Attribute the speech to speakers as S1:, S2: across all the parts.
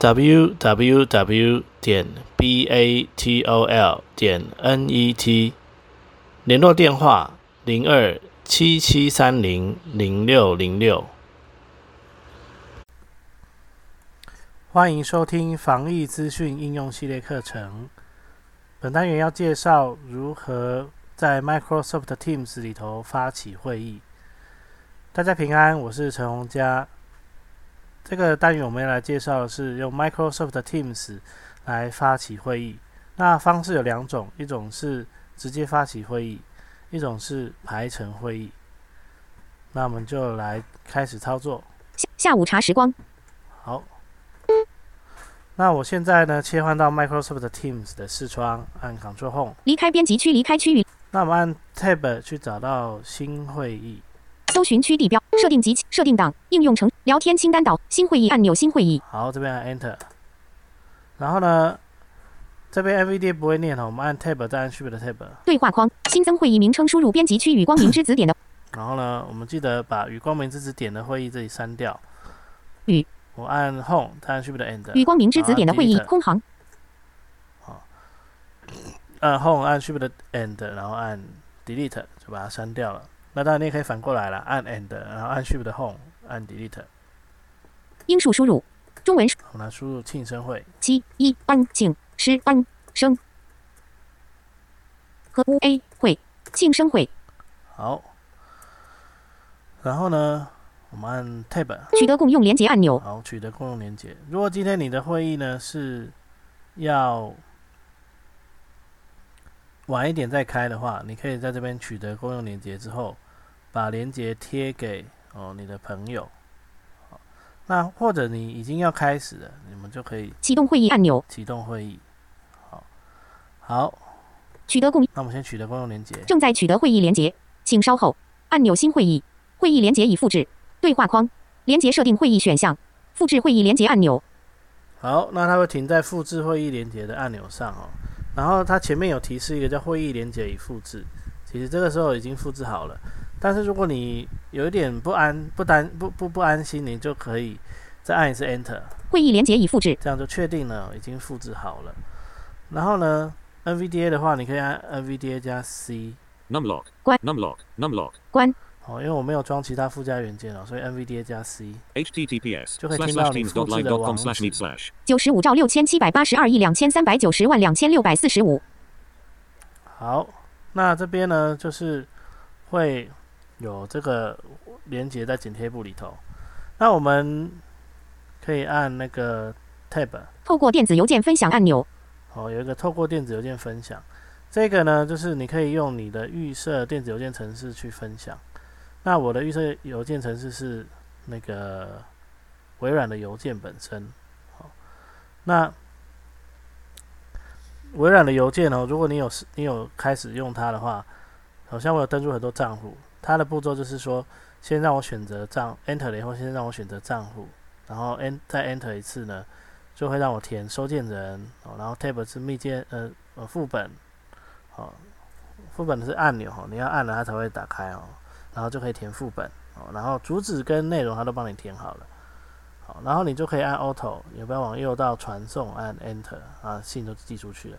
S1: www 点 b a t o l 点 n e t，联络电话零二七七三零零六零六。欢迎收听防疫资讯应用系列课程。本单元要介绍如何在 Microsoft Teams 里头发起会议。大家平安，我是陈洪佳。这个单元我们要来介绍的是用 Microsoft Teams 来发起会议。那方式有两种，一种是直接发起会议，一种是排程会议。那我们就来开始操作。
S2: 下下午茶时光，
S1: 好，那我现在呢切换到 Microsoft Teams 的视窗，按 Ctrl Home。
S2: 离开编辑区，离开区域，
S1: 那我们按 Tab 去找到新会议。
S2: 搜寻区地标，设定集，设定档，应用程，聊天清单岛，新会议按钮，新会议，
S1: 好，这边按 Enter。然后呢，这边 MVD 不会念哦，我们按 Tab 再按 Shift Tab。
S2: 对话框，新增会议名称输入编辑区与光明之子点的
S1: 然后呢，我们记得把与光明之子点的会议这里删掉。
S2: 与
S1: 我按 Home，再按 Shift End，
S2: 与光明之子点的会议空行，
S1: 按 Home 呃按 Shift End，然后按 Delete 就把它删掉了。那当然你也可以反过来了，按 End，然后按 Shift Home，按 Delete。
S2: 英数输入，中文
S1: 我们来输入庆生会，
S2: 七一班请师班生和 U A 会庆生会
S1: 好。然后呢，我们按 Tab，
S2: 取得共用连接按钮，
S1: 好，取得共用连接。如果今天你的会议呢是要晚一点再开的话，你可以在这边取得共用连接之后，把连接贴给哦你的朋友。好那或者你已经要开始了，你们就可以
S2: 启动会议按钮，
S1: 启动会议。好，好，
S2: 取得共
S1: 那我们先取得共用连接。
S2: 正在取得会议连接，请稍后。按钮新会议，会议连接已复制。对话框，连接设定会议选项，复制会议连接按钮。
S1: 好，那它会停在复制会议连接的按钮上哦。然后它前面有提示一个叫会议连接已复制，其实这个时候已经复制好了。但是如果你有一点不安、不担、不不不安心，你就可以再按一次 Enter，
S2: 会议连接已复制。
S1: 这样就确定了已经复制好了。然后呢，NVDA 的话，你可以按 NVDA 加 C
S3: Numlock.
S2: What?
S3: Numlock. Numlock.
S1: 哦，因为我没有装其他附加元件哦，所以 NVDA 加 C。
S3: HTTPS.
S1: 就可以
S3: Slash
S1: 听到
S3: slash
S1: 你
S3: teams
S1: 复制的
S3: dot live dot
S1: 网
S3: com slash
S1: 址
S3: meet slash.
S2: 九十五兆六千七百八十二亿两千三百九十万两千六百四十五。
S1: 好，那这边呢，就是会有这个连接在剪贴簿里头。那我们可以按那个 Tab，
S2: 透过电子邮件分享按钮，
S1: 哦，有一个透过电子邮件分享。这个呢，就是你可以用你的预设电子邮件程式去分享。那我的预设邮件程式是那个微软的邮件本身。好，那微软的邮件哦，如果你有是你有开始用它的话，好像我有登入很多账户，它的步骤就是说，先让我选择账，enter 了以后，先让我选择账户，然后 en 再 enter 一次呢，就会让我填收件人，哦、然后 tab 是密件呃呃副本，哦，副本是按钮哦，你要按了它才会打开哦，然后就可以填副本哦，然后主旨跟内容它都帮你填好了，好，然后你就可以按 auto，也不要往右到传送按 enter 啊，信都寄出去了，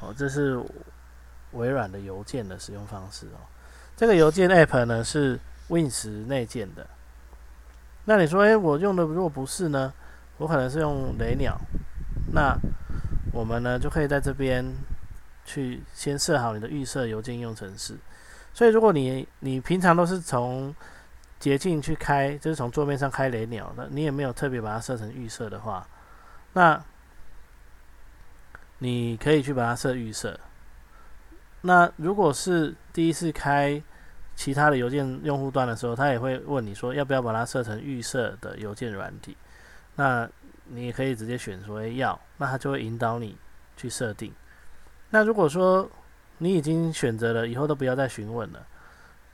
S1: 哦，这是微软的邮件的使用方式哦，这个邮件 app 呢是 Win 十内建的，那你说诶，我用的如果不是呢？我可能是用雷鸟，那我们呢就可以在这边去先设好你的预设邮件应用程式。所以如果你你平常都是从捷径去开，就是从桌面上开雷鸟，那你也没有特别把它设成预设的话，那你可以去把它设预设。那如果是第一次开其他的邮件用户端的时候，他也会问你说要不要把它设成预设的邮件软体。那你也可以直接选说诶要，那它就会引导你去设定。那如果说你已经选择了以后都不要再询问了，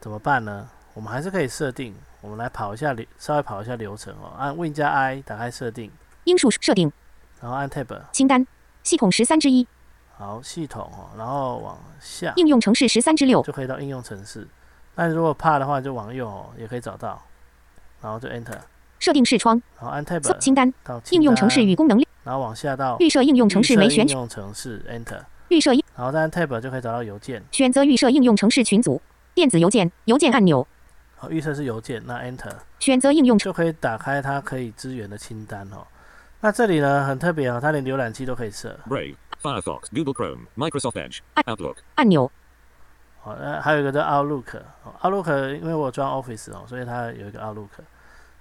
S1: 怎么办呢？我们还是可以设定，我们来跑一下流，稍微跑一下流程哦。按 Win 加 I 打开设定，
S2: 应数设定
S1: 然后按 Tab，
S2: 清单系统十三之一，
S1: 好系统哦，然后往下
S2: 应用程式十三之六，
S1: 就可以到应用程式。那如果怕的话，就往右哦，也可以找到，然后就 Enter，
S2: 设定视窗
S1: 然后按 Tab
S2: 搜清单
S1: 到
S2: 应用程式
S1: 与，
S2: 与功能列
S1: 然后往下到
S2: 预设应用程式没选
S1: 应
S2: 取，
S1: 用程式 Enter，
S2: 预设应
S1: 然后再按 Tab 就可以找到邮件。
S2: 选择预设应用程式群组电子邮件邮件按钮，
S1: 好，哦预设是邮件，那 Enter
S2: 选择应用
S1: 就
S2: 程
S1: 可以打开它可以支援的清单哦。那这里呢很特别哦，它连浏览器都可以设。
S3: Brave, Firefox, Google Chrome, Microsoft Edge, Outlook,
S2: 按钮
S1: 好、哦，那还有一个叫 Outlook，Outlook、哦，Outlook 因为我有装 Office 哦，所以它有一个 Outlook，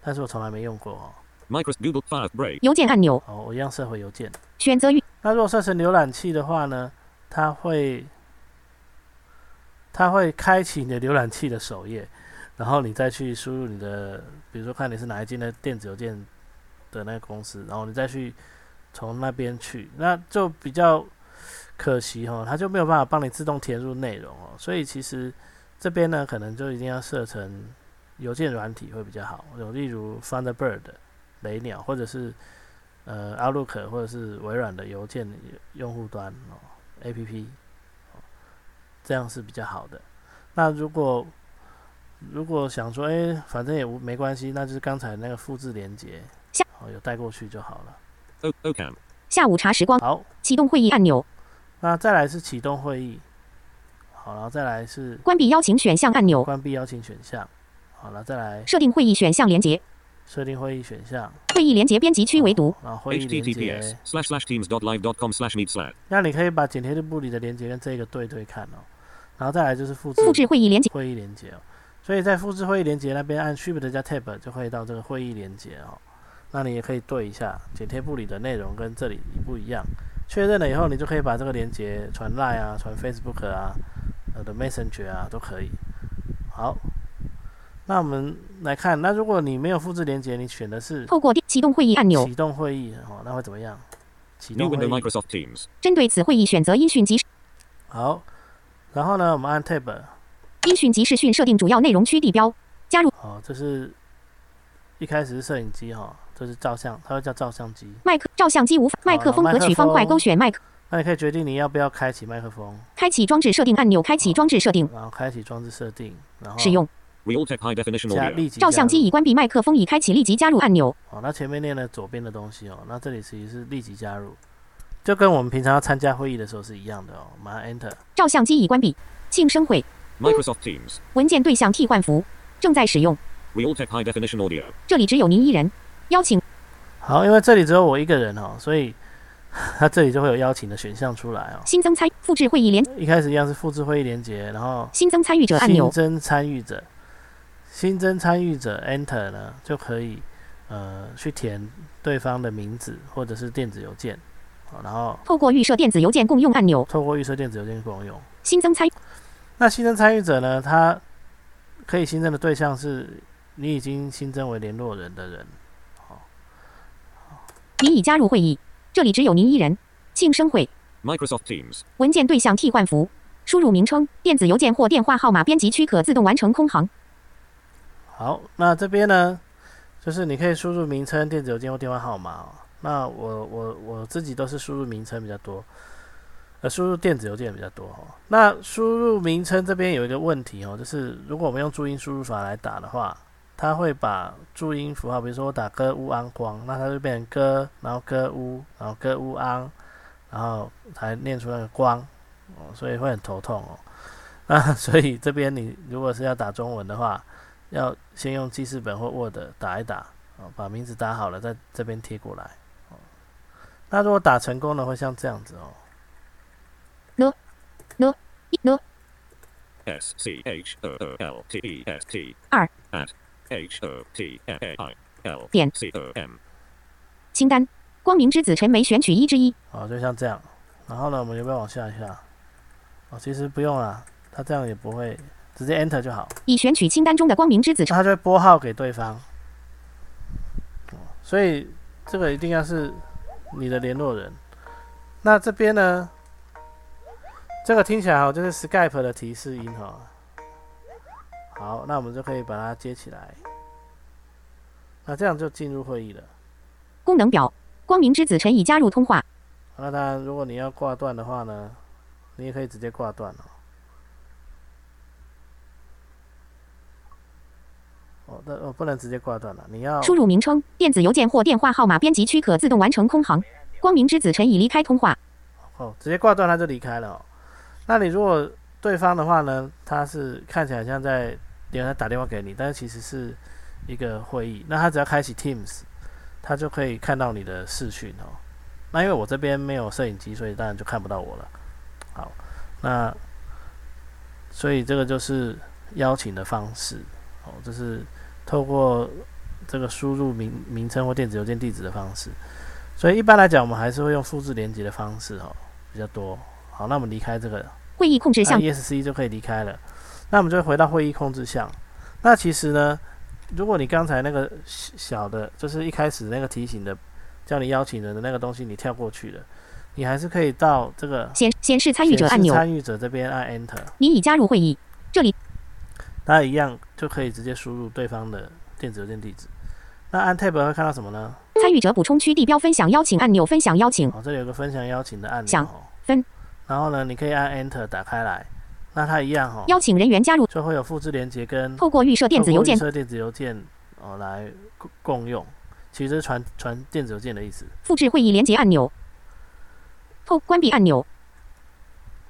S1: 但是我从来没用过哦。
S3: Microsoft Google Fire Brave,
S2: 邮件按钮，
S1: 好，我一样设回邮件。
S2: 选择预
S1: 那如果设成浏览器的话呢，它会它会开启你的浏览器的首页，然后你再去输入你的，比如说看你是哪一间的电子邮件的那个公司，然后你再去从那边去，那就比较可惜哦，它就没有办法帮你自动填入内容哦，所以其实这边呢，可能就一定要设成邮件软体会比较好，有例如 Thunderbird 雷鸟或者是呃 Outlook 或者是微软的邮件用户端哦 APP，哦这样是比较好的。那如果如果想说，哎、反正也无没关系，那就是刚才那个复制连接
S2: 下，
S1: 哦，有带过去就好了。
S3: O- OCAM,
S2: 下午茶时光
S1: 好，
S2: 启动会议按钮，
S1: 那再来是启动会议，好，然后再来是
S2: 关闭邀请选项按钮，
S1: 关闭邀请选项，好了，再来
S2: 设定会议选项连接，
S1: 设定会议选项，
S2: 会议连接编辑区为读，
S1: 然后会议连
S3: HTTPS,
S1: 接，
S3: slash slash teams.live.com slash meet slash.
S1: 那你可以把剪贴的部里的连接跟这个对对看哦，然后再来就是复制
S2: 复制会议连接，
S1: 会议连接哦。所以在复制会议连接那边按 Shift 加 Tab 就可以到这个会议连接哦。那你也可以对一下剪贴簿里的内容跟这里一不一样。确认了以后，你就可以把这个连接传 Line 啊、传 Facebook 啊、呃的 Messenger 啊都可以。好，那我们来看，那如果你没有复制连接，你选的是
S2: 透过电启动会议按钮，
S1: 启动会议哦，那会怎么样？启
S3: New
S1: 动会
S3: window
S1: 议
S3: Microsoft Teams.
S2: 针对此会议选择音讯及
S1: 好，然后呢，我们按 Tab
S2: 音讯及视讯设定主要内容区地标，加入
S1: 哦，这是一开始是摄影机哈、哦，这是照相，它会叫照相机。
S2: 麦克照相机无法麦克风
S1: 麦
S2: 和
S1: 克
S2: 取方块
S1: 风
S2: 勾选麦克，
S1: 那你可以决定你要不要开启麦克风，
S2: 开启装置设定按钮，开启装置设定，
S1: 然后开启装置设定，然后
S2: 使用
S3: Realtek High Definition
S1: 加
S3: Audio.
S1: 立即
S2: 照相机
S1: 加入
S2: 已关闭麦克风已开启立即加入按钮，
S1: 哦，那前面念了左边的东西哦，那这里其实是立即加入，就跟我们平常要参加会议的时候是一样的哦，马上 Enter。
S2: 照相机已关闭，庆生会
S3: Microsoft Teams.
S2: 文件对象替换符正在使用，
S3: Realtek High Definition Audio.
S2: 这里只有您一人，邀请
S1: 好，因为这里只有我一个人哦，所以 它这里就会有邀请的选项出来哦。
S2: 新增参复制会议连
S1: 一开始一样是复制会议连接，然后
S2: 新增参与者按
S1: 新
S2: 钮，
S1: 增参与者，新增参与者 Enter 呢就可以呃去填对方的名字或者是电子邮件，好然后
S2: 透过预设电子邮件共用按钮，
S1: 透过预设电子邮件共用。
S2: 新增参
S1: 那新增参与者呢，他可以新增的对象是你已经新增为联络人的人。
S2: 你已加入会议，这里只有您一人，庆生会
S3: Microsoft Teams.
S2: 文件对象替换符输入名称、电子邮件或电话号码，编辑区可自动完成空行。
S1: 好，那这边呢，就是你可以输入名称、电子邮件或电话号码、哦。那我我我自己都是输入名称比较多，呃，输入电子邮件比较多哦。那输入名称这边有一个问题哦，就是如果我们用注音输入法来打的话，它会把注音符号，比如说我打歌乌昂光，那它就变成歌，然后歌乌，然后歌乌昂，然后才念出那个光哦，所以会很头痛哦。那 所以这边你如果是要打中文的话，要先用记事本或 Word 打一打，哦，把名字打好了，在这边贴过来。哦，那如果打成功了，会像这样子哦。
S2: 一呢
S3: S C H O O L T E S T.
S2: Alright.
S3: At H O T M A I L
S2: Bien.
S3: C O M.
S2: 清单，光明之子陈梅选取一之一，
S1: 哦，就像这样。然后呢，我们要不要往下一下？哦，其实不用啦，它这样也不会，直接 Enter 就好。
S2: 已选取清单中的光明之子
S1: 那
S2: 陈
S1: 他就会拨号给对方。哦所以这个一定要是你的联络人。那这边呢，这个听起来好，就是 Skype 的提示音哈。好，那我们就可以把它接起来。那这样就进入会议了。
S2: 功能表，光明之子晨已加入通话。
S1: 那当然，如果你要挂断的话呢，你也可以直接挂断哦。哦，但我、不能直接挂断了，你要
S2: 输入名称、电子邮件或电话号码编辑区可自动完成空行。光明之子晨已离开通话。
S1: 哦，直接挂断他就离开了、哦。那你如果对方的话呢，他是看起来像在连他打电话给你，但是其实是一个会议。那他只要开启 Teams，他就可以看到你的视讯哦。那因为我这边没有摄影机，所以当然就看不到我了。好，那所以这个就是邀请的方式哦，就是透过这个输入名名称或电子邮件地址的方式。所以一般来讲，我们还是会用复制连接的方式哦比较多。好，那我们离开这个
S2: 会议控制项
S1: 那 ESC 就可以离开了。那我们就回到会议控制项。那其实呢，如果你刚才那个小小的，就是一开始那个提醒的，叫你邀请人的那个东西，你跳过去了，你还是可以到这个
S2: 显显示参与者按
S1: 显
S2: 钮
S1: 示。参与者这边按 Enter，
S2: 你已加入会议。这里
S1: 它一样就可以直接输入对方的电子邮件地址。那按 Tab 会看到什么呢？
S2: 参与者补充区地标分享邀请按钮分享邀请
S1: 哦，这里有个分享邀请的按钮
S2: 想
S1: 哦。
S2: 分。
S1: 然后呢，你可以按 Enter 打开来，那它一样哦，
S2: 邀请人员加入。
S1: 就会有复制连接跟
S2: 透过预设电子邮件
S1: 透过预设电子邮件哦来共共用，其实这是传传电子邮件的意思。
S2: 复制会议连接按钮。透关闭按钮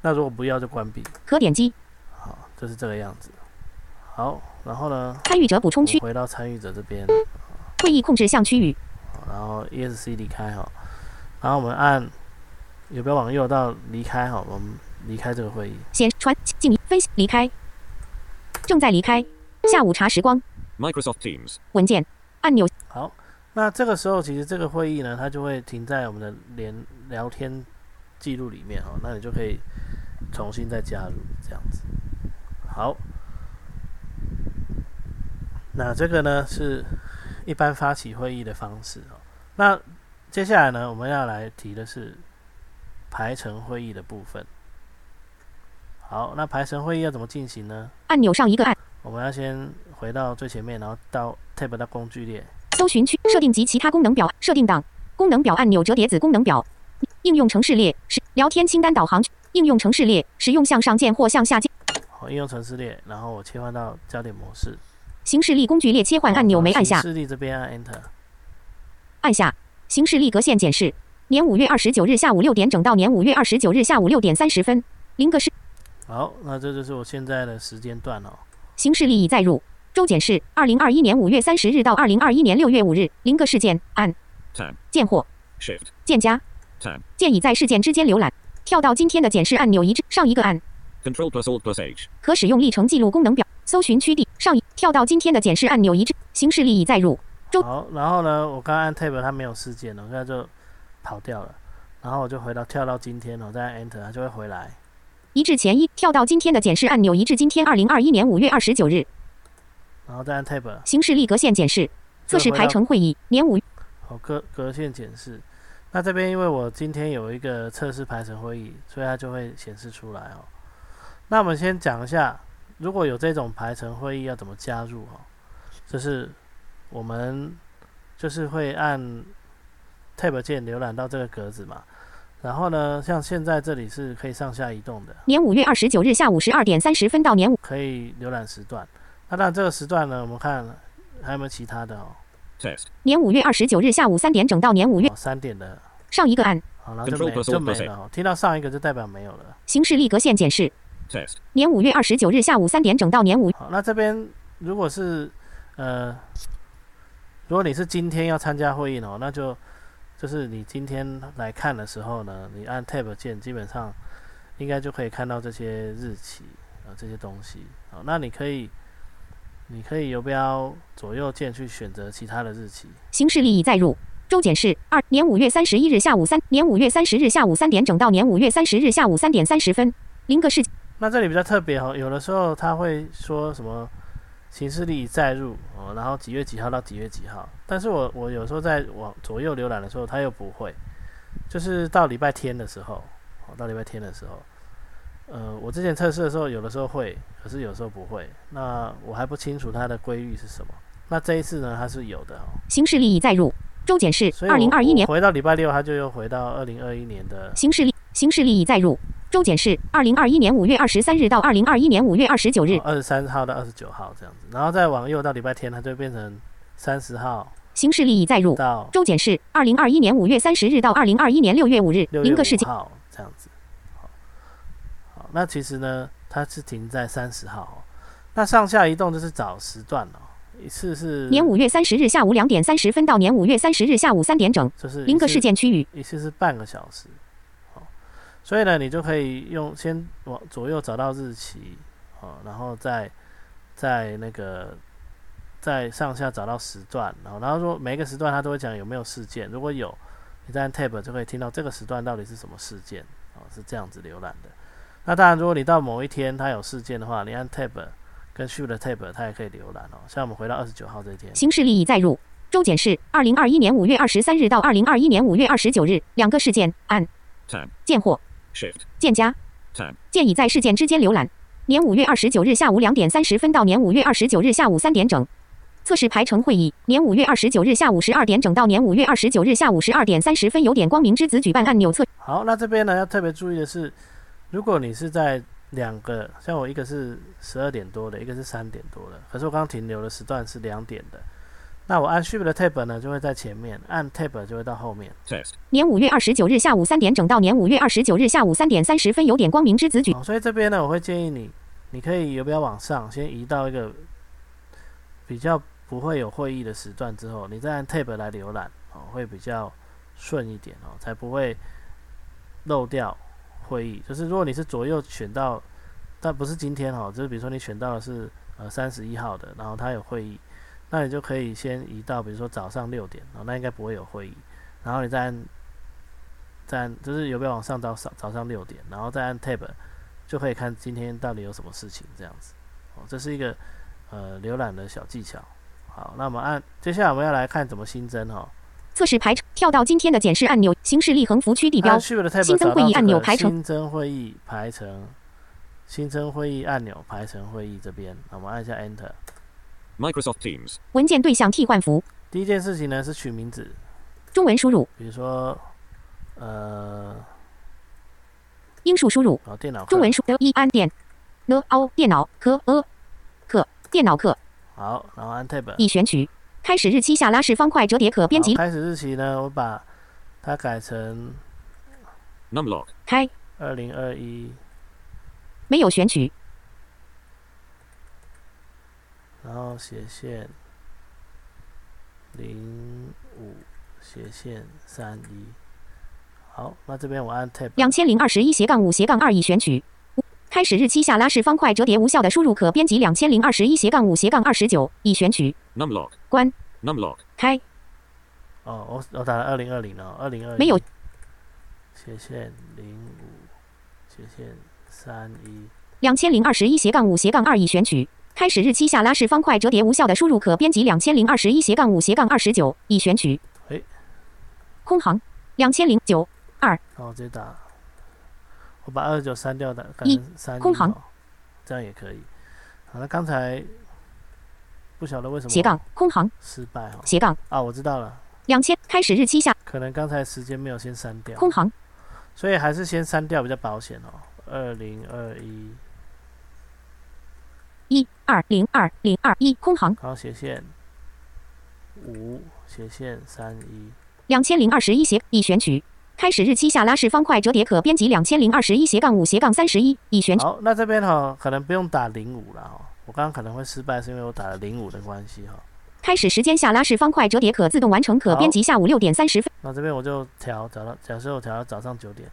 S1: 那如果不要就关闭，
S2: 可点击
S1: 好，就是这个样子。好，然后呢，
S2: 参与者补
S1: 我
S2: 充
S1: 们
S2: 区
S1: 回到参与者这边，
S2: 会议控制项区域。
S1: 好然后 ESC 离开哈，然后我们按有没有往右到离开哈，我们离开这个会议。
S2: 显传静分析离开，正在离开。下午茶时光
S3: Microsoft Teams.
S2: 文件按钮
S1: 好，那这个时候其实这个会议呢，它就会停在我们的连聊天记录里面哦，那你就可以重新再加入这样子。好，那这个呢是一般发起会议的方式哦。那接下来呢，我们要来提的是排程会议的部分。好，那排程会议要怎么进行呢？
S2: 按钮上一个按
S1: 我们要先回到最前面，然后到 Tab 到工具列，
S2: 搜寻区设定及其他功能表设定档功能表按钮折叠子功能表应用程式列是聊天清单导航应用程式列使用向上键或向下键
S1: 好，哦应用程式列，然后我切换到焦点模式。哦
S2: 形式力工具列切换按钮没按下
S1: 视力这边按 Enter。
S2: 按下形式力格线检视年五月二十九日下午六点整到年五月二十九日下午六点三十分零格式
S1: 好，那这就是我现在的时间段哦。
S2: 形式力已载入周检视二零二一年五月三十日到二零二一年六月五日零个事件按
S3: Tab.
S2: 键或
S3: Shift.
S2: 键加
S3: Tab.
S2: 键已在事件之间浏览跳到今天的检视按钮一致上一个按。
S3: Control plus Alt plus H.
S2: 可使用历程记录功能表搜寻区地上移跳到今天的检视按钮一致，形式例已载入。周
S1: 好，然后呢，我刚刚按 Tab 它没有事件了，我现在就跑掉了。然后我就回到跳到今天了，我哦再按 Enter，它就会回来。
S2: 一至前一跳到今天的检视按钮一致，今天二零二一年五月二十九日，
S1: 然后再按 Tab，
S2: 形式例格线检视测试排程会议年五
S1: 好格格线检视。那这边因为我今天有一个测试排程会议，所以它就会显示出来哦。那我们先讲一下，如果有这种排程会议要怎么加入哦，就是我们就是会按 Tab 键浏览到这个格子嘛。然后呢，像现在这里是可以上下移动的，
S2: 年五月二十九日下午十二点三十分到年五
S1: 可以浏览时段。那当然这个时段呢，我们看还有没有其他的哦，
S3: Test.
S2: 年五月二十九日下午三点整到年五月
S1: 哦三点的，
S2: 上一个按
S1: 好，然后就
S3: Control
S1: 没
S3: plus
S1: 就没
S3: Alt plus
S1: 了哦、听到上一个就代表没有了。
S2: 形式例格线检视
S3: Test.
S2: 年五月二十九日下午三点整到年五
S1: 好，那这边如果是呃，如果你是今天要参加会议呢，那就就是你今天来看的时候呢，你按 Tab 键，基本上应该就可以看到这些日期啊、这些东西。好，那你可以你可以游标左右键去选择其他的日期。
S2: 形式例已载入。周检视二年五月三十一日下午三年五月三十日下午三点整到年五月三十日下午三点三十分零个事
S1: 那这里比较特别哦，有的时候他会说什么形式力已载入哦，然后几月几号到几月几号，但是我我有时候在往左右浏览的时候，他又不会，就是到礼拜天的时候，哦，到礼拜天的时候，呃，我之前测试的时候，有的时候会，可是有时候不会。那我还不清楚它的规律是什么。那这一次呢，它是有的哦。
S2: 新势力已载入。周检视
S1: 所以我
S2: 二零二一年
S1: 我回到礼拜六，它就又回到二零二一年的
S2: 新势力新势力已载入。周检视二零二一年五月二十三日到二零二一年五月二十九日。
S1: 哦二十三号到二十九号这样子，然后再往右到礼拜天，它就变成三十号
S2: 新势力已载入。
S1: 到
S2: 周检视二零二一年五月三十日到二零二一年六月五日。
S1: 六月
S2: 零个事
S1: 五
S2: 件。
S1: 号这样子。好，好，那其实呢，它是停在三十号、哦，那上下移动就是找时段哦，一次是
S2: 年五月三十日下午两点三十分到年五月三十日下午三点整。
S1: 就是一
S2: 零个
S1: 次
S2: 事件区域。
S1: 一次是半个小时，好，所以呢，你就可以用先往左右找到日期，哦，然后再再那个再上下找到时段，然后然后说每一个时段它都会讲有没有事件，如果有，你再按 tab 就可以听到这个时段到底是什么事件，哦，是这样子浏览的。那当然，如果你到某一天它有事件的话，你按 tab 跟 shift tab 它也可以浏览哦。像我们回到二十九号这一天，
S2: 新势力已载入。周检视二零二一年五月二十三日到二零二一年五月二十九日。两个事件按
S3: Tab.
S2: 见获
S3: Shift.
S2: 见加
S3: Tab.
S2: 建议在事件之间浏览。年五月二十九日下午两点三十分到年五月二十九日下午三点整。测试排程会议，年五月二十九日下午十二点整到年五月二十九日下午十二点三十分，有点光明之子举办按钮测
S1: 好，那这边呢要特别注意的是，如果你是在两个，像我一个是十二点多的，一个是三点多的，可是我刚停留的时段是两点的，那我按 Shift 的 Tab 呢就会在前面，按 Tab 就会到后面。
S3: Test.
S2: 年五月二十九日下午三点整到年五月二十九日下午三点三十分，有点光明之子举
S1: 哦好，所以这边呢，我会建议你，你可以有不要往上，先移到一个比较不会有会议的时段之后，你再按 Tab 来浏览哦，会比较顺一点哦，才不会漏掉会议。就是如果你是左右选到，但不是今天哦，就是比如说你选到的是呃三十一号的，然后它有会议，那你就可以先移到比如说早上六点哦，那应该不会有会议，然后你再按。再按就是有没有往上到早早上六点，然后再按 Tab，就可以看今天到底有什么事情这样子。哦，这是一个呃浏览的小技巧。好，那我们按接下来我们要来看怎么新增哦。
S2: 测试排程，跳到今天的检视按钮，行事历横幅区地标
S1: 按，Shift Tab
S2: 新增会
S1: 找到
S2: 议
S1: 这个
S2: 按钮排程
S1: 新增会议排程，新增会议按钮排成会议这边，那我们按一下 Enter。
S3: Microsoft Teams.
S2: 文件对象替换符，
S1: 第一件事情呢是取名字，
S2: 中文输入，
S1: 比如说呃，
S2: 英数输入，
S1: 哦电脑课
S2: 中文输的一安电呢 o 电脑和 a 课电脑课
S1: 好，然后按 Tab。
S2: 已选取，开始日期下拉式方块折叠可编
S1: 好
S2: 辑
S1: 开始日期呢，我把它改成
S3: Numlock.
S2: 开
S1: 二零二一，
S2: 没有选取
S1: 然后斜线零五斜线三一。好，那这边我按 Tab，
S2: 两千零二十一斜杠五斜杠二已选取。开始日期下拉式方块折叠无效的输入可编辑两千零二十一斜杠五斜杠二十九已选取
S3: Numlock.
S2: 关
S3: Numlock.
S2: 开
S1: 哦，我我打了二零二零哦，二零二
S2: 没有
S1: 斜线零五斜线三一。
S2: 两千零二十一斜杠五斜杠二已选取。开始日期下拉式方块折叠无效的输入可编辑两千零二十一斜杠五斜杠二十九已选取
S1: 诶。
S2: 空行两千零九
S1: 然后直接打，我把二十九删掉的，改
S2: 一
S1: 成三哦
S2: 空行，
S1: 这样也可以。好，那刚才不晓得为什
S2: 斜
S1: 么
S2: 杠空行
S1: 失败哦，
S2: 斜杠。
S1: 啊，我知道了，
S2: 两千开始日期下
S1: 可能刚才时间没有先删掉。
S2: 空行
S1: 所以还是先删掉比较保险哦。二零二一，
S2: 一二零二零二一空行
S1: 然后斜线五斜线三一，
S2: 两千零二十一斜已选取开始日期下拉式方块折叠可编辑两千零二十一斜杠五斜杠三十一已选取
S1: 好，那这边哈、可能不用打零五了哈、我刚刚可能会失败，是因为我打了零五的关系哈、
S2: 开始时间下拉式方块折叠可自动完成可编辑下午六点三十分
S1: 那这边我就调调到，假设我调到早上九点，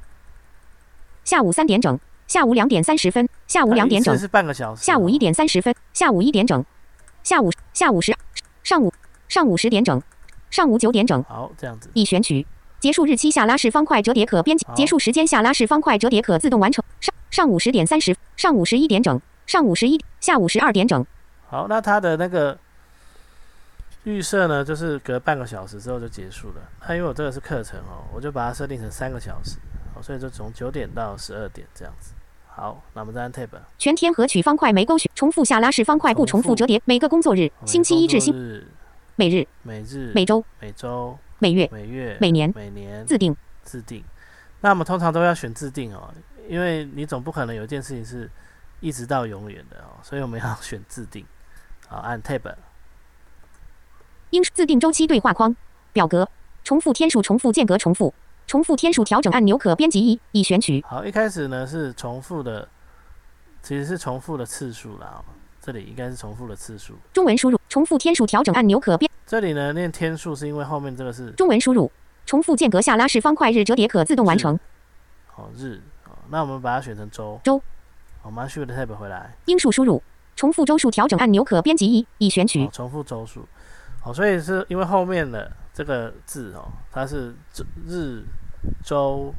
S2: 下午三点整下午两点三十分下午两点
S1: 它一
S2: 整
S1: 次是半个小时哦、
S2: 下午一点三十分下午一点整下午下午十上午上午十点整上午九点整
S1: 好这样子。
S2: 已选取。结束日期下拉式方块折叠可编辑
S1: 好，
S2: 结束时间下拉式方块折叠可自动完成。上上午十点三十，上午十一点整，上午十一，下午十二点整。
S1: 好，那它的那个预设呢，就是隔半个小时之后就结束了。那因为我这个是哦课程哦，我就把它设定成三个小时，好所以就从九点到十二点这样子。好，那我们再按 Tab。
S2: 全天和取方块没勾选，重复下拉式方块不重
S1: 重
S2: 复
S1: 复
S2: 折叠。每个工作日，
S1: 我们
S2: 星期一
S1: 工
S2: 至
S1: 作
S2: 星
S1: 日、
S2: 每日、
S1: 每日、
S2: 每周、
S1: 每周、
S2: 每月、
S1: 每月、
S2: 每年
S1: 每年
S2: 自定。
S1: 自定。那我们通常都要选自定哦，因为你总不可能有一件事情是一直到永远的哦，所以我们要选自定。好，按 Tab。
S2: 应自定周期对话框表格，重复天数，重复间隔，重复重复天数调整按钮可编辑一，已选取。
S1: 好，一开始呢是重复的，其实是重复的次数啦、哦，这里应该是重复的次数。
S2: 中文输入重复天数调整按钮可编。
S1: 这里呢念天数是因为后面这个是
S2: 中文输入重复间隔下拉式方块日折叠可自动完成。
S1: 哦日哦，那我们把它选成周。
S2: 周，
S1: 我们按 Shift Tab 回来，
S2: 英数输入重复周数调整按钮可编辑一，已选取
S1: 哦，。重复周数。哦，所以是因为后面的这个字哦，它是周日、周、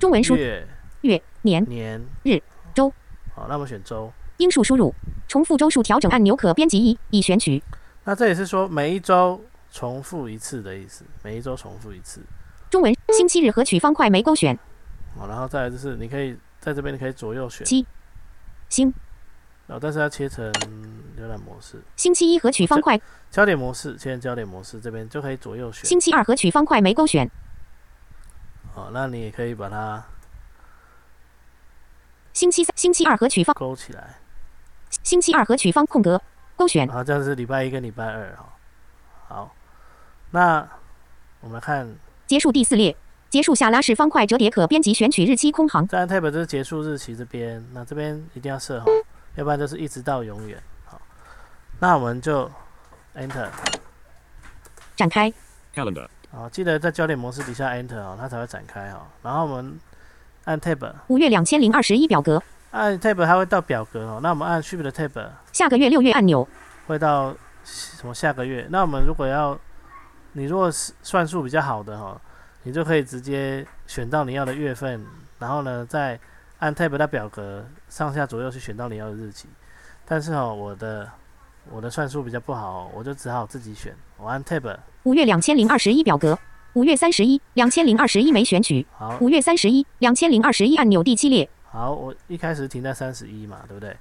S2: 中文输
S1: 月、
S2: 月年
S1: 年、
S2: 日、周。
S1: 好，那我们选周。
S2: 英数输入重复周数调整按钮可编辑一，已选取。
S1: 那这也是说每一周重复一次的意思，每一周重复一次。
S2: 中文星期日和取方块没勾选。
S1: 好，然后再来就是你可以在这边你可以左右选，
S2: 七星
S1: 然后但是要切成浏览模式、
S2: 星期一和取方块，
S1: 焦点模式，切成焦点模式这边就可以左右选。
S2: 星期二和取方块没勾选。
S1: 好，那你也可以把它
S2: 星期三、星期二和取方，
S1: 勾起来。
S2: 星期二和取方空格勾选
S1: 然后这样是礼拜一跟礼拜二哦。好，那我们来看，
S2: 结束第四列，结束下拉式方块折叠可编辑选取日期空行
S1: 在 tab 就是结束日期这边，那这边一定要设好，要不然就是一直到永远。好，那我们就 enter。
S2: 展开
S3: Calendar.
S1: 好，记得在焦点模式底下 enter 哦，它才会展开哦。然后我们按 tab。
S2: 五月两千零二十一表格
S1: 按 tab 它会到表格哦，那我们按 shift 的 tab
S2: 下个月六月按钮
S1: 会到什么下个月？那我们如果要你如果是算术比较好的哈、哦，你就可以直接选到你要的月份，然后呢再按 tab 的表格上下左右去选到你要的日期。但是哦，我的我的算术比较不好哦、我就只好自己选。我按 tab
S2: 五月两千零二十一表格五月三十一两千零二十一没选取
S1: 好
S2: 五月三十一两千零二十一按钮第七列
S1: 好，我一开始停在三十一嘛，对不对？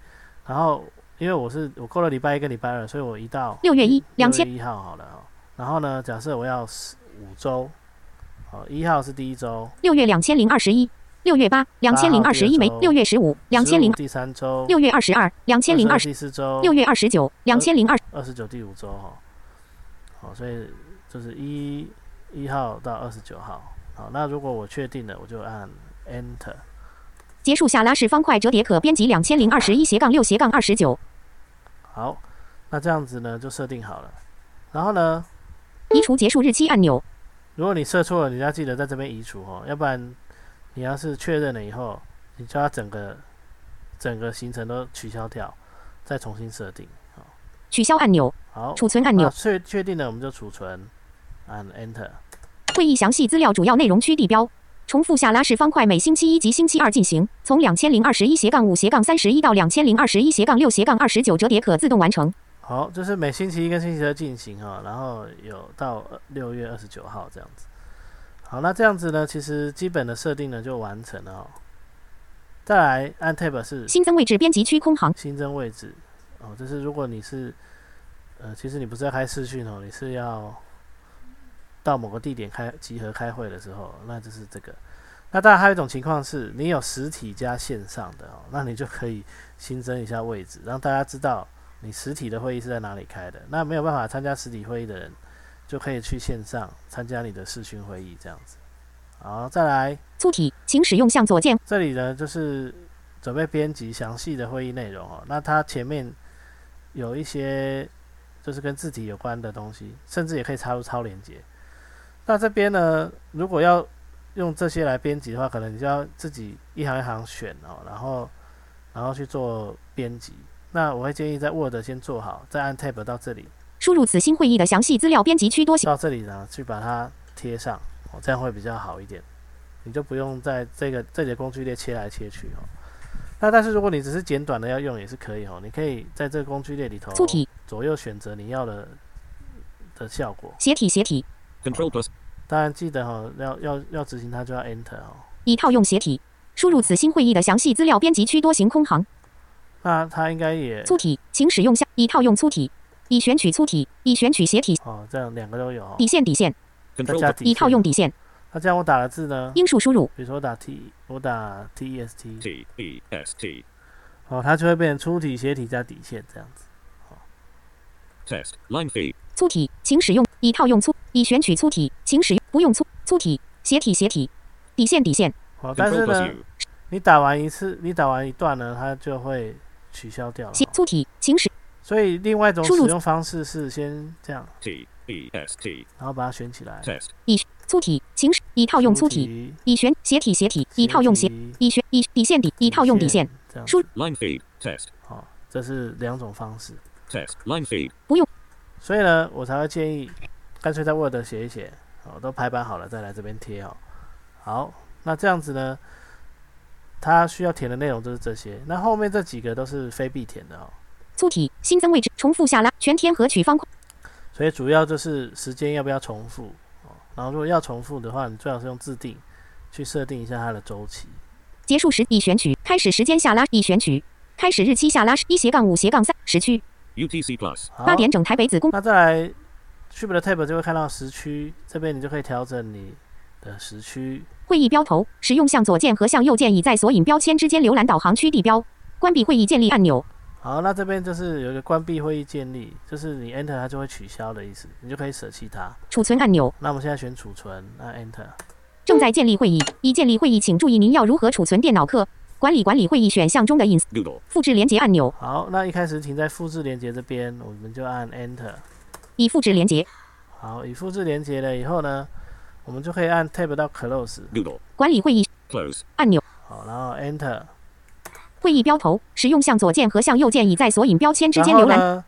S1: 然后因为我是我过了礼拜一跟礼拜二，所以我一到
S2: 六月一两千
S1: 一号好了、哦。然后呢，假设我要十五周，好，一号是第一周，
S2: 六月两千零二十一六月八两千零二十一没
S1: 八号第
S2: 六
S1: 二周
S2: 月啊十五两千零
S1: 15第三周，
S2: 六月二十二两千零二
S1: 22
S2: 十
S1: 第四周，
S2: 六月二十九两千零二
S1: 二十九第五周哈、好，所以就是一一号到二十九号。好，那如果我确定了，我就按 Enter。
S2: 结束下拉式方块折叠可编辑两千零二十一斜杠六斜杠二十九
S1: 好，那这样子呢就设定好了。然后呢，
S2: 移除结束日期按钮
S1: 如果你设错了，你要记得在这边移除哦，要不然你要是确认了以后，你就要整个整个行程都取消掉，再重新设定。
S2: 取消按钮
S1: 好，
S2: 储存按钮
S1: 那确确定了我们就储存，按 Enter。
S2: 会议详细资料主要内容区地标。重复下拉式方块每星期一及星期二进行，从两千零二十一斜杠五斜杠三十一到两千零二十一斜杠六斜杠二十九折叠可自动完成。
S1: 好，就是每星期一跟星期二进行哈、然后有到六月二十九号这样子。好，那这样子呢，其实基本的设定呢就完成了哦。再来按 Tab 是
S2: 新增位置编辑区空行，
S1: 新增位置哦，就是如果你是呃，其实你不是要开视讯哦，你是要到某个地点开集合开会的时候，那就是这个。那当然还有一种情况是你有实体加线上的哦，那你就可以新增一下位置，让大家知道你实体的会议是在哪里开的。那没有办法参加实体会议的人，就可以去线上参加你的视讯会议这样子。好，再来
S2: 粗体，请使用向左键。
S1: 这里呢，就是准备编辑详细的会议内容哦。那它前面有一些就是跟字体有关的东西，甚至也可以插入超链接。那这边呢，如果要用这些来编辑的话，可能你就要自己一行一行选哦，然后然后去做编辑。那我会建议在 Word 先做好，再按 Tab 到这里，
S2: 输入此新会议的详细资料编辑区多行。
S1: 到这里呢去把它贴上，哦，这样会比较好一点，你就不用在这个这里的工具列切来切去哦。那但是如果你只是简短的要用也是可以哦，你可以在这个工具列里头
S2: 粗体、
S1: 左右选择你要的的效果。
S2: 斜体、斜体，
S3: Control plus.
S1: 当然记得哈、哦，要要要执行它就要 Enter 哦。
S2: 已套用斜体，输入此新会议的详细资料编辑区多行空行。
S1: 那它应该也
S2: 粗体，请使用下已套用粗体，已选取粗体，已选取斜体，
S1: 哦，这样两个都有、哦
S2: 底。线底线，
S1: 再
S3: Control
S1: 加
S3: button.
S1: 底
S2: 已
S1: 线
S2: 套用。底线，
S1: 那这样我打的字呢？
S2: 英数输入
S1: 比如说我打 T，我打 T E S T，
S3: T E S T
S1: 哦，它就会变成粗体、斜体加底线这样子。
S3: test line feed
S2: 粗体，请使用已套用粗，已选取粗体，请使用不用粗粗体斜体斜体，底线底线，
S1: 哦，但
S3: control
S1: 是
S3: plus
S1: 呢，
S3: U
S1: 你打完一次，你打完一段呢，它就会取消掉了
S2: 斜
S1: 哦。
S2: 粗体，请使
S1: 所以另外一种
S2: 输
S1: 使
S2: 入
S1: 用方式是先这样，
S3: T E S T
S1: 然后把它选起来。
S3: test
S2: 粗体，请使已套用粗体，
S1: 体，
S2: 已选斜体斜体，已套用斜，
S1: 体
S2: 已选已底线底，已套用底线，，
S1: 这样
S2: 输
S1: 子
S3: line feed test
S1: 哦，这是两种方式。
S3: test line feed
S1: 所以呢，我才会建议干脆在 Word 写一写，哦，都排版好了再来这边贴哦。好，那这样子呢，它需要填的内容就是这些，那后面这几个都是非必填的哦。
S2: 粗体新增位置，重复下拉，全天和取方块，
S1: 所以主要就是时间要不要重复哦，然后如果要重复的话，你最好是用自定去设定一下它的周期。
S2: 结束时已选取，开始时间下拉已选取，开始日期下拉一斜杠五斜杠三时区
S3: UTC plus
S1: 好，
S2: 八点整台北子公
S1: 那再来 t r i p 的 tab 就会看到时区，这边你就可以调整你的时区。
S2: 会议标头使用向左键和向右键已在索引标签之间浏览导航区地标，关闭会议建立按钮。
S1: 好，那这边就是有一个关闭会议建立，就是你 Enter 它就会取消的意思，你就可以舍弃它。
S2: 储存按钮
S1: 那我们现在选储存，那 Enter。
S2: 正在建立会议，已建立会议，请注意您要如何储存电脑课。管理管理会议选项中的 ins
S3: Google
S2: 复制连接按钮，
S1: 好，那一开始停在复制连接这边，我们就按 Enter。
S2: 已复制连接。
S1: 好，已复制连接了以后呢，我们就可以按 Tab 到 Close。
S3: Google
S2: 管理会议
S3: close
S2: 按钮，
S1: 好，然后 Enter。
S2: 会议标头使用向左键和向右键已在索引标签之
S1: 然
S2: 间
S1: 后
S2: 浏览。
S1: 呢，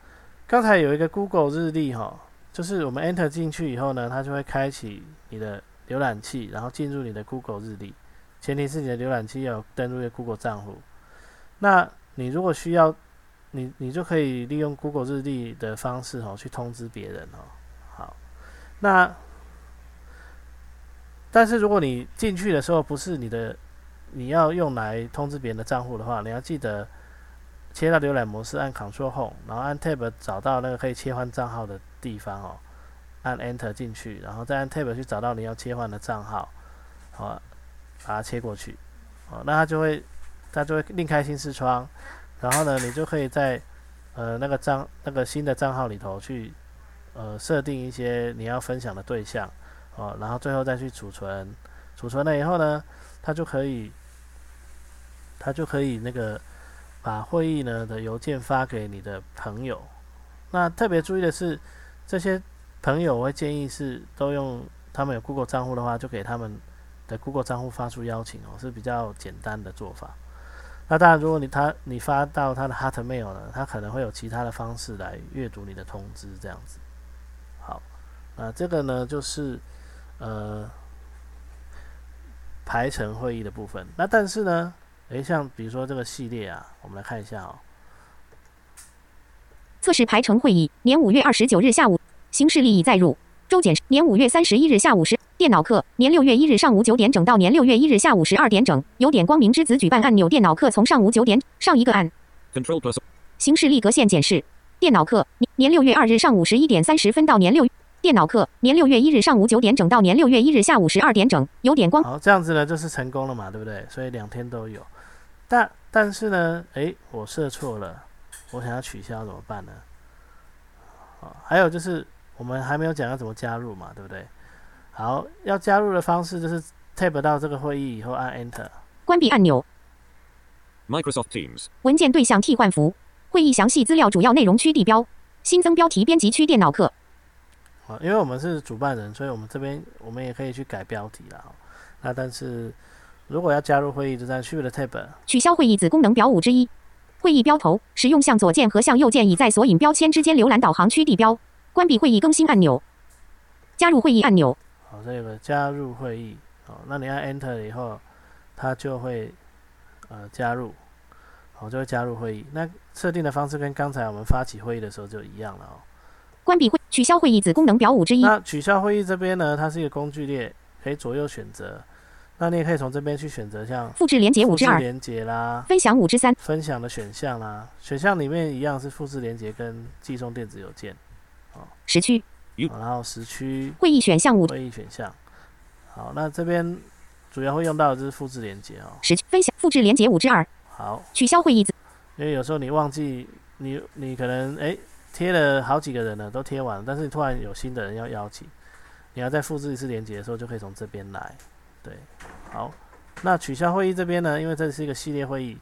S1: 刚才有一个 Google 日历哈，就是我们 Enter 进去以后呢，它就会开启你的浏览器，然后进入你的 Google 日历。前提是你的浏览器要有登录一个 Google 账户。那你如果需要，你你就可以利用 Google 日历的方式哦，去通知别人哦。好，那但是如果你进去的时候不是你的，你要用来通知别人的账户的话，你要记得切到浏览模式，按 Ctrl Home，然后按 Tab 找到那个可以切换账号的地方哦，按 Enter 进去，然后再按 Tab 去找到你要切换的账号，好、把它切过去，哦，那它就会它就会另开新视窗，然后呢，你就可以在呃那个账那个新的账号里头去呃设定一些你要分享的对象，哦，然后最后再去储存，储存了以后呢，它就可以它就可以那个。把会议呢的邮件发给你的朋友。那特别注意的是，这些朋友我会建议是都用他们有 Google 账户的话，就给他们的 Google 账户发出邀请哦，是比较简单的做法。那当然，如果你他你发到他的 Hotmail 呢，他可能会有其他的方式来阅读你的通知这样子。好，那这个呢就是呃排程会议的部分。那但是呢，诶，像比如说这个系列啊，我们来看一下哦。
S2: 测试排程会议，年五月二十九日下午，新事例已载入。周检年五月三十一日下午十，电脑课年六月一日上午九点整到年六月一日下午十二点整，有点光明之子举办按钮电脑课从上午九点上一个按
S3: control plus
S2: 新事例格线检视电脑课年年六月二日上午十一点三十分到年六电脑课年六月一日上午九点整到年六月一日下午十二点整，有点光
S1: 好，这样子呢就是成功了嘛，对不对？所以两天都有。但但是呢，诶，我设错了，我想要取消怎么办呢？好，还有就是我们还没有讲要怎么加入嘛，对不对？好，要加入的方式就是 tab 到这个会议以后按 Enter。
S2: 关闭按钮，
S3: Microsoft Teams
S2: 文件对象替换符，会议详细资料主要内容区地标，新增标题编辑区电脑课
S1: 啊，因为我们是主办人，所以我们这边我们也可以去改标题啦。哦那但是如果要加入会议，就在 Shift 的 Tab，
S2: 取消会议子功能表五之一。会议标头使用向左键和向右键已在索引标签之间浏览导航区地标。关闭会议更新按钮。加入会议按钮。
S1: 好，哦这有个加入会议，好，那你按 Enter 以后，它就会呃加入，好，就会加入会议。那设定的方式跟刚才我们发起会议的时候就一样了哦。
S2: 关闭会取消嗯会议子功能表五之一。
S1: 那取消会议这边呢，它是一个工具列，可以左右选择。那你也可以从这边去选择像
S2: 复制连接五
S1: 复
S2: 之
S1: 制
S2: 二，
S1: 连接啦、
S2: 分享五之三，
S1: 分享的选项啦，选项里面一样是复制连接跟寄送电子邮件，
S2: 时区
S1: 好然后时区
S2: 会议选项五
S1: 会议选项。好，那这边主要会用到的就是复制连接哦。
S2: 时区分享复制连接五之二，
S1: 好，
S2: 取消会议字
S1: 因为有时候你忘记你你可能诶贴了好几个人了，都贴完了，但是你突然有新的人要邀请，你要再复制一次连接的时候，就可以从这边来。对，好，那取消会议这边呢，因为这是一个系列会议，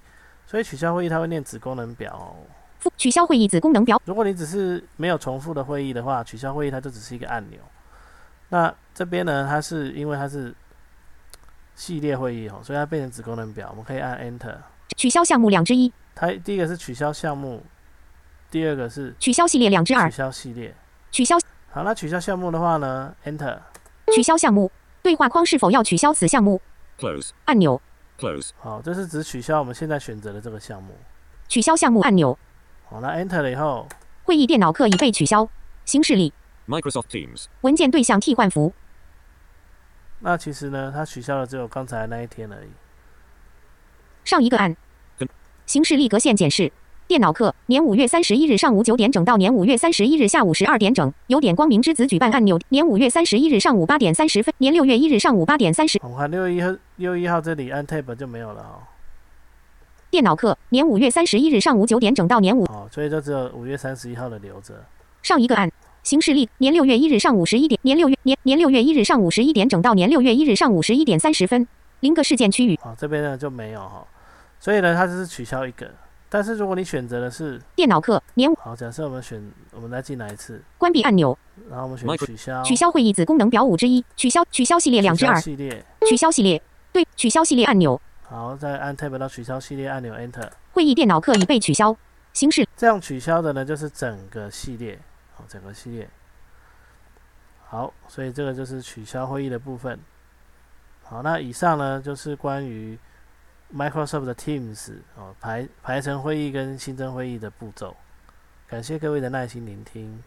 S1: 所以取消会议它会念子功能表哦、
S2: 复取消会议子功能表
S1: 如果你只是没有重复的会议的话，取消会议它就只是一个按钮。那这边呢，它是因为它是系列会议哦，所以它变成子功能表，我们可以按 Enter。
S2: 取消项目两之一，
S1: 它第一个是取消项目，第二个是
S2: 取消系列两之
S1: 取
S2: 二，
S1: 消系列。
S2: 取消
S1: 好，那取消项目的话呢，Enter。
S2: 取消项目对话框是否要取消此项目
S3: Close.
S2: 按钮，
S3: Close.
S1: 好，这是只取消我们现在选择的这个项目。
S2: 取消项目按钮，
S1: 好，那 Enter 了以后，
S2: 会议电脑课已被取消，新势力
S3: Microsoft Teams.
S2: 文件对象替换符
S1: 那其实呢，它取消了只有刚才那一天而已。
S2: 上一个按
S3: 跟，
S2: 形式立格线检视。电脑课，年五月三十一日上午九点整到年五月三十一日下午十二点整，有点光明之子举办按钮。年五月三十一日上午八点三十分，年六月一日上午八点三十。
S1: 我们看六一号六一号这里按 Tab 就没有了哦。
S2: 电脑课，年五月三十一日上午九点整到年五
S1: 哦，所以就只有五月三十一号的留着。
S2: 上一个按。形式历年六月一日上午十一点，年六月年年六月一日上午十一点整到年六月一日上午十一点三十分。零个事件区域，
S1: 好、这边呢就没有哈、所以呢，它就是取消一个。但是如果你选择的是，
S2: 电脑课年五
S1: 好，假设我们选，我们再进来一次，
S2: 关闭按钮，
S1: 然后我们选
S3: Micro-
S1: 取消，
S2: 取消会议子功能表五之一，取消取消系列两之
S1: 取消
S2: 二，
S1: 系列，
S2: 取消系列对取消系列按钮，
S1: 好，再按 Tab 到取消系列按钮 Enter，
S2: 会议电脑课已被取消。形式
S1: 这样取消的呢就是整个系列，好，整个系列。好，所以这个就是取消会议的部分。好，那以上呢就是关于 Microsoft 的 Teams 哦排排成会议跟新增会议的步骤。感谢各位的耐心聆听。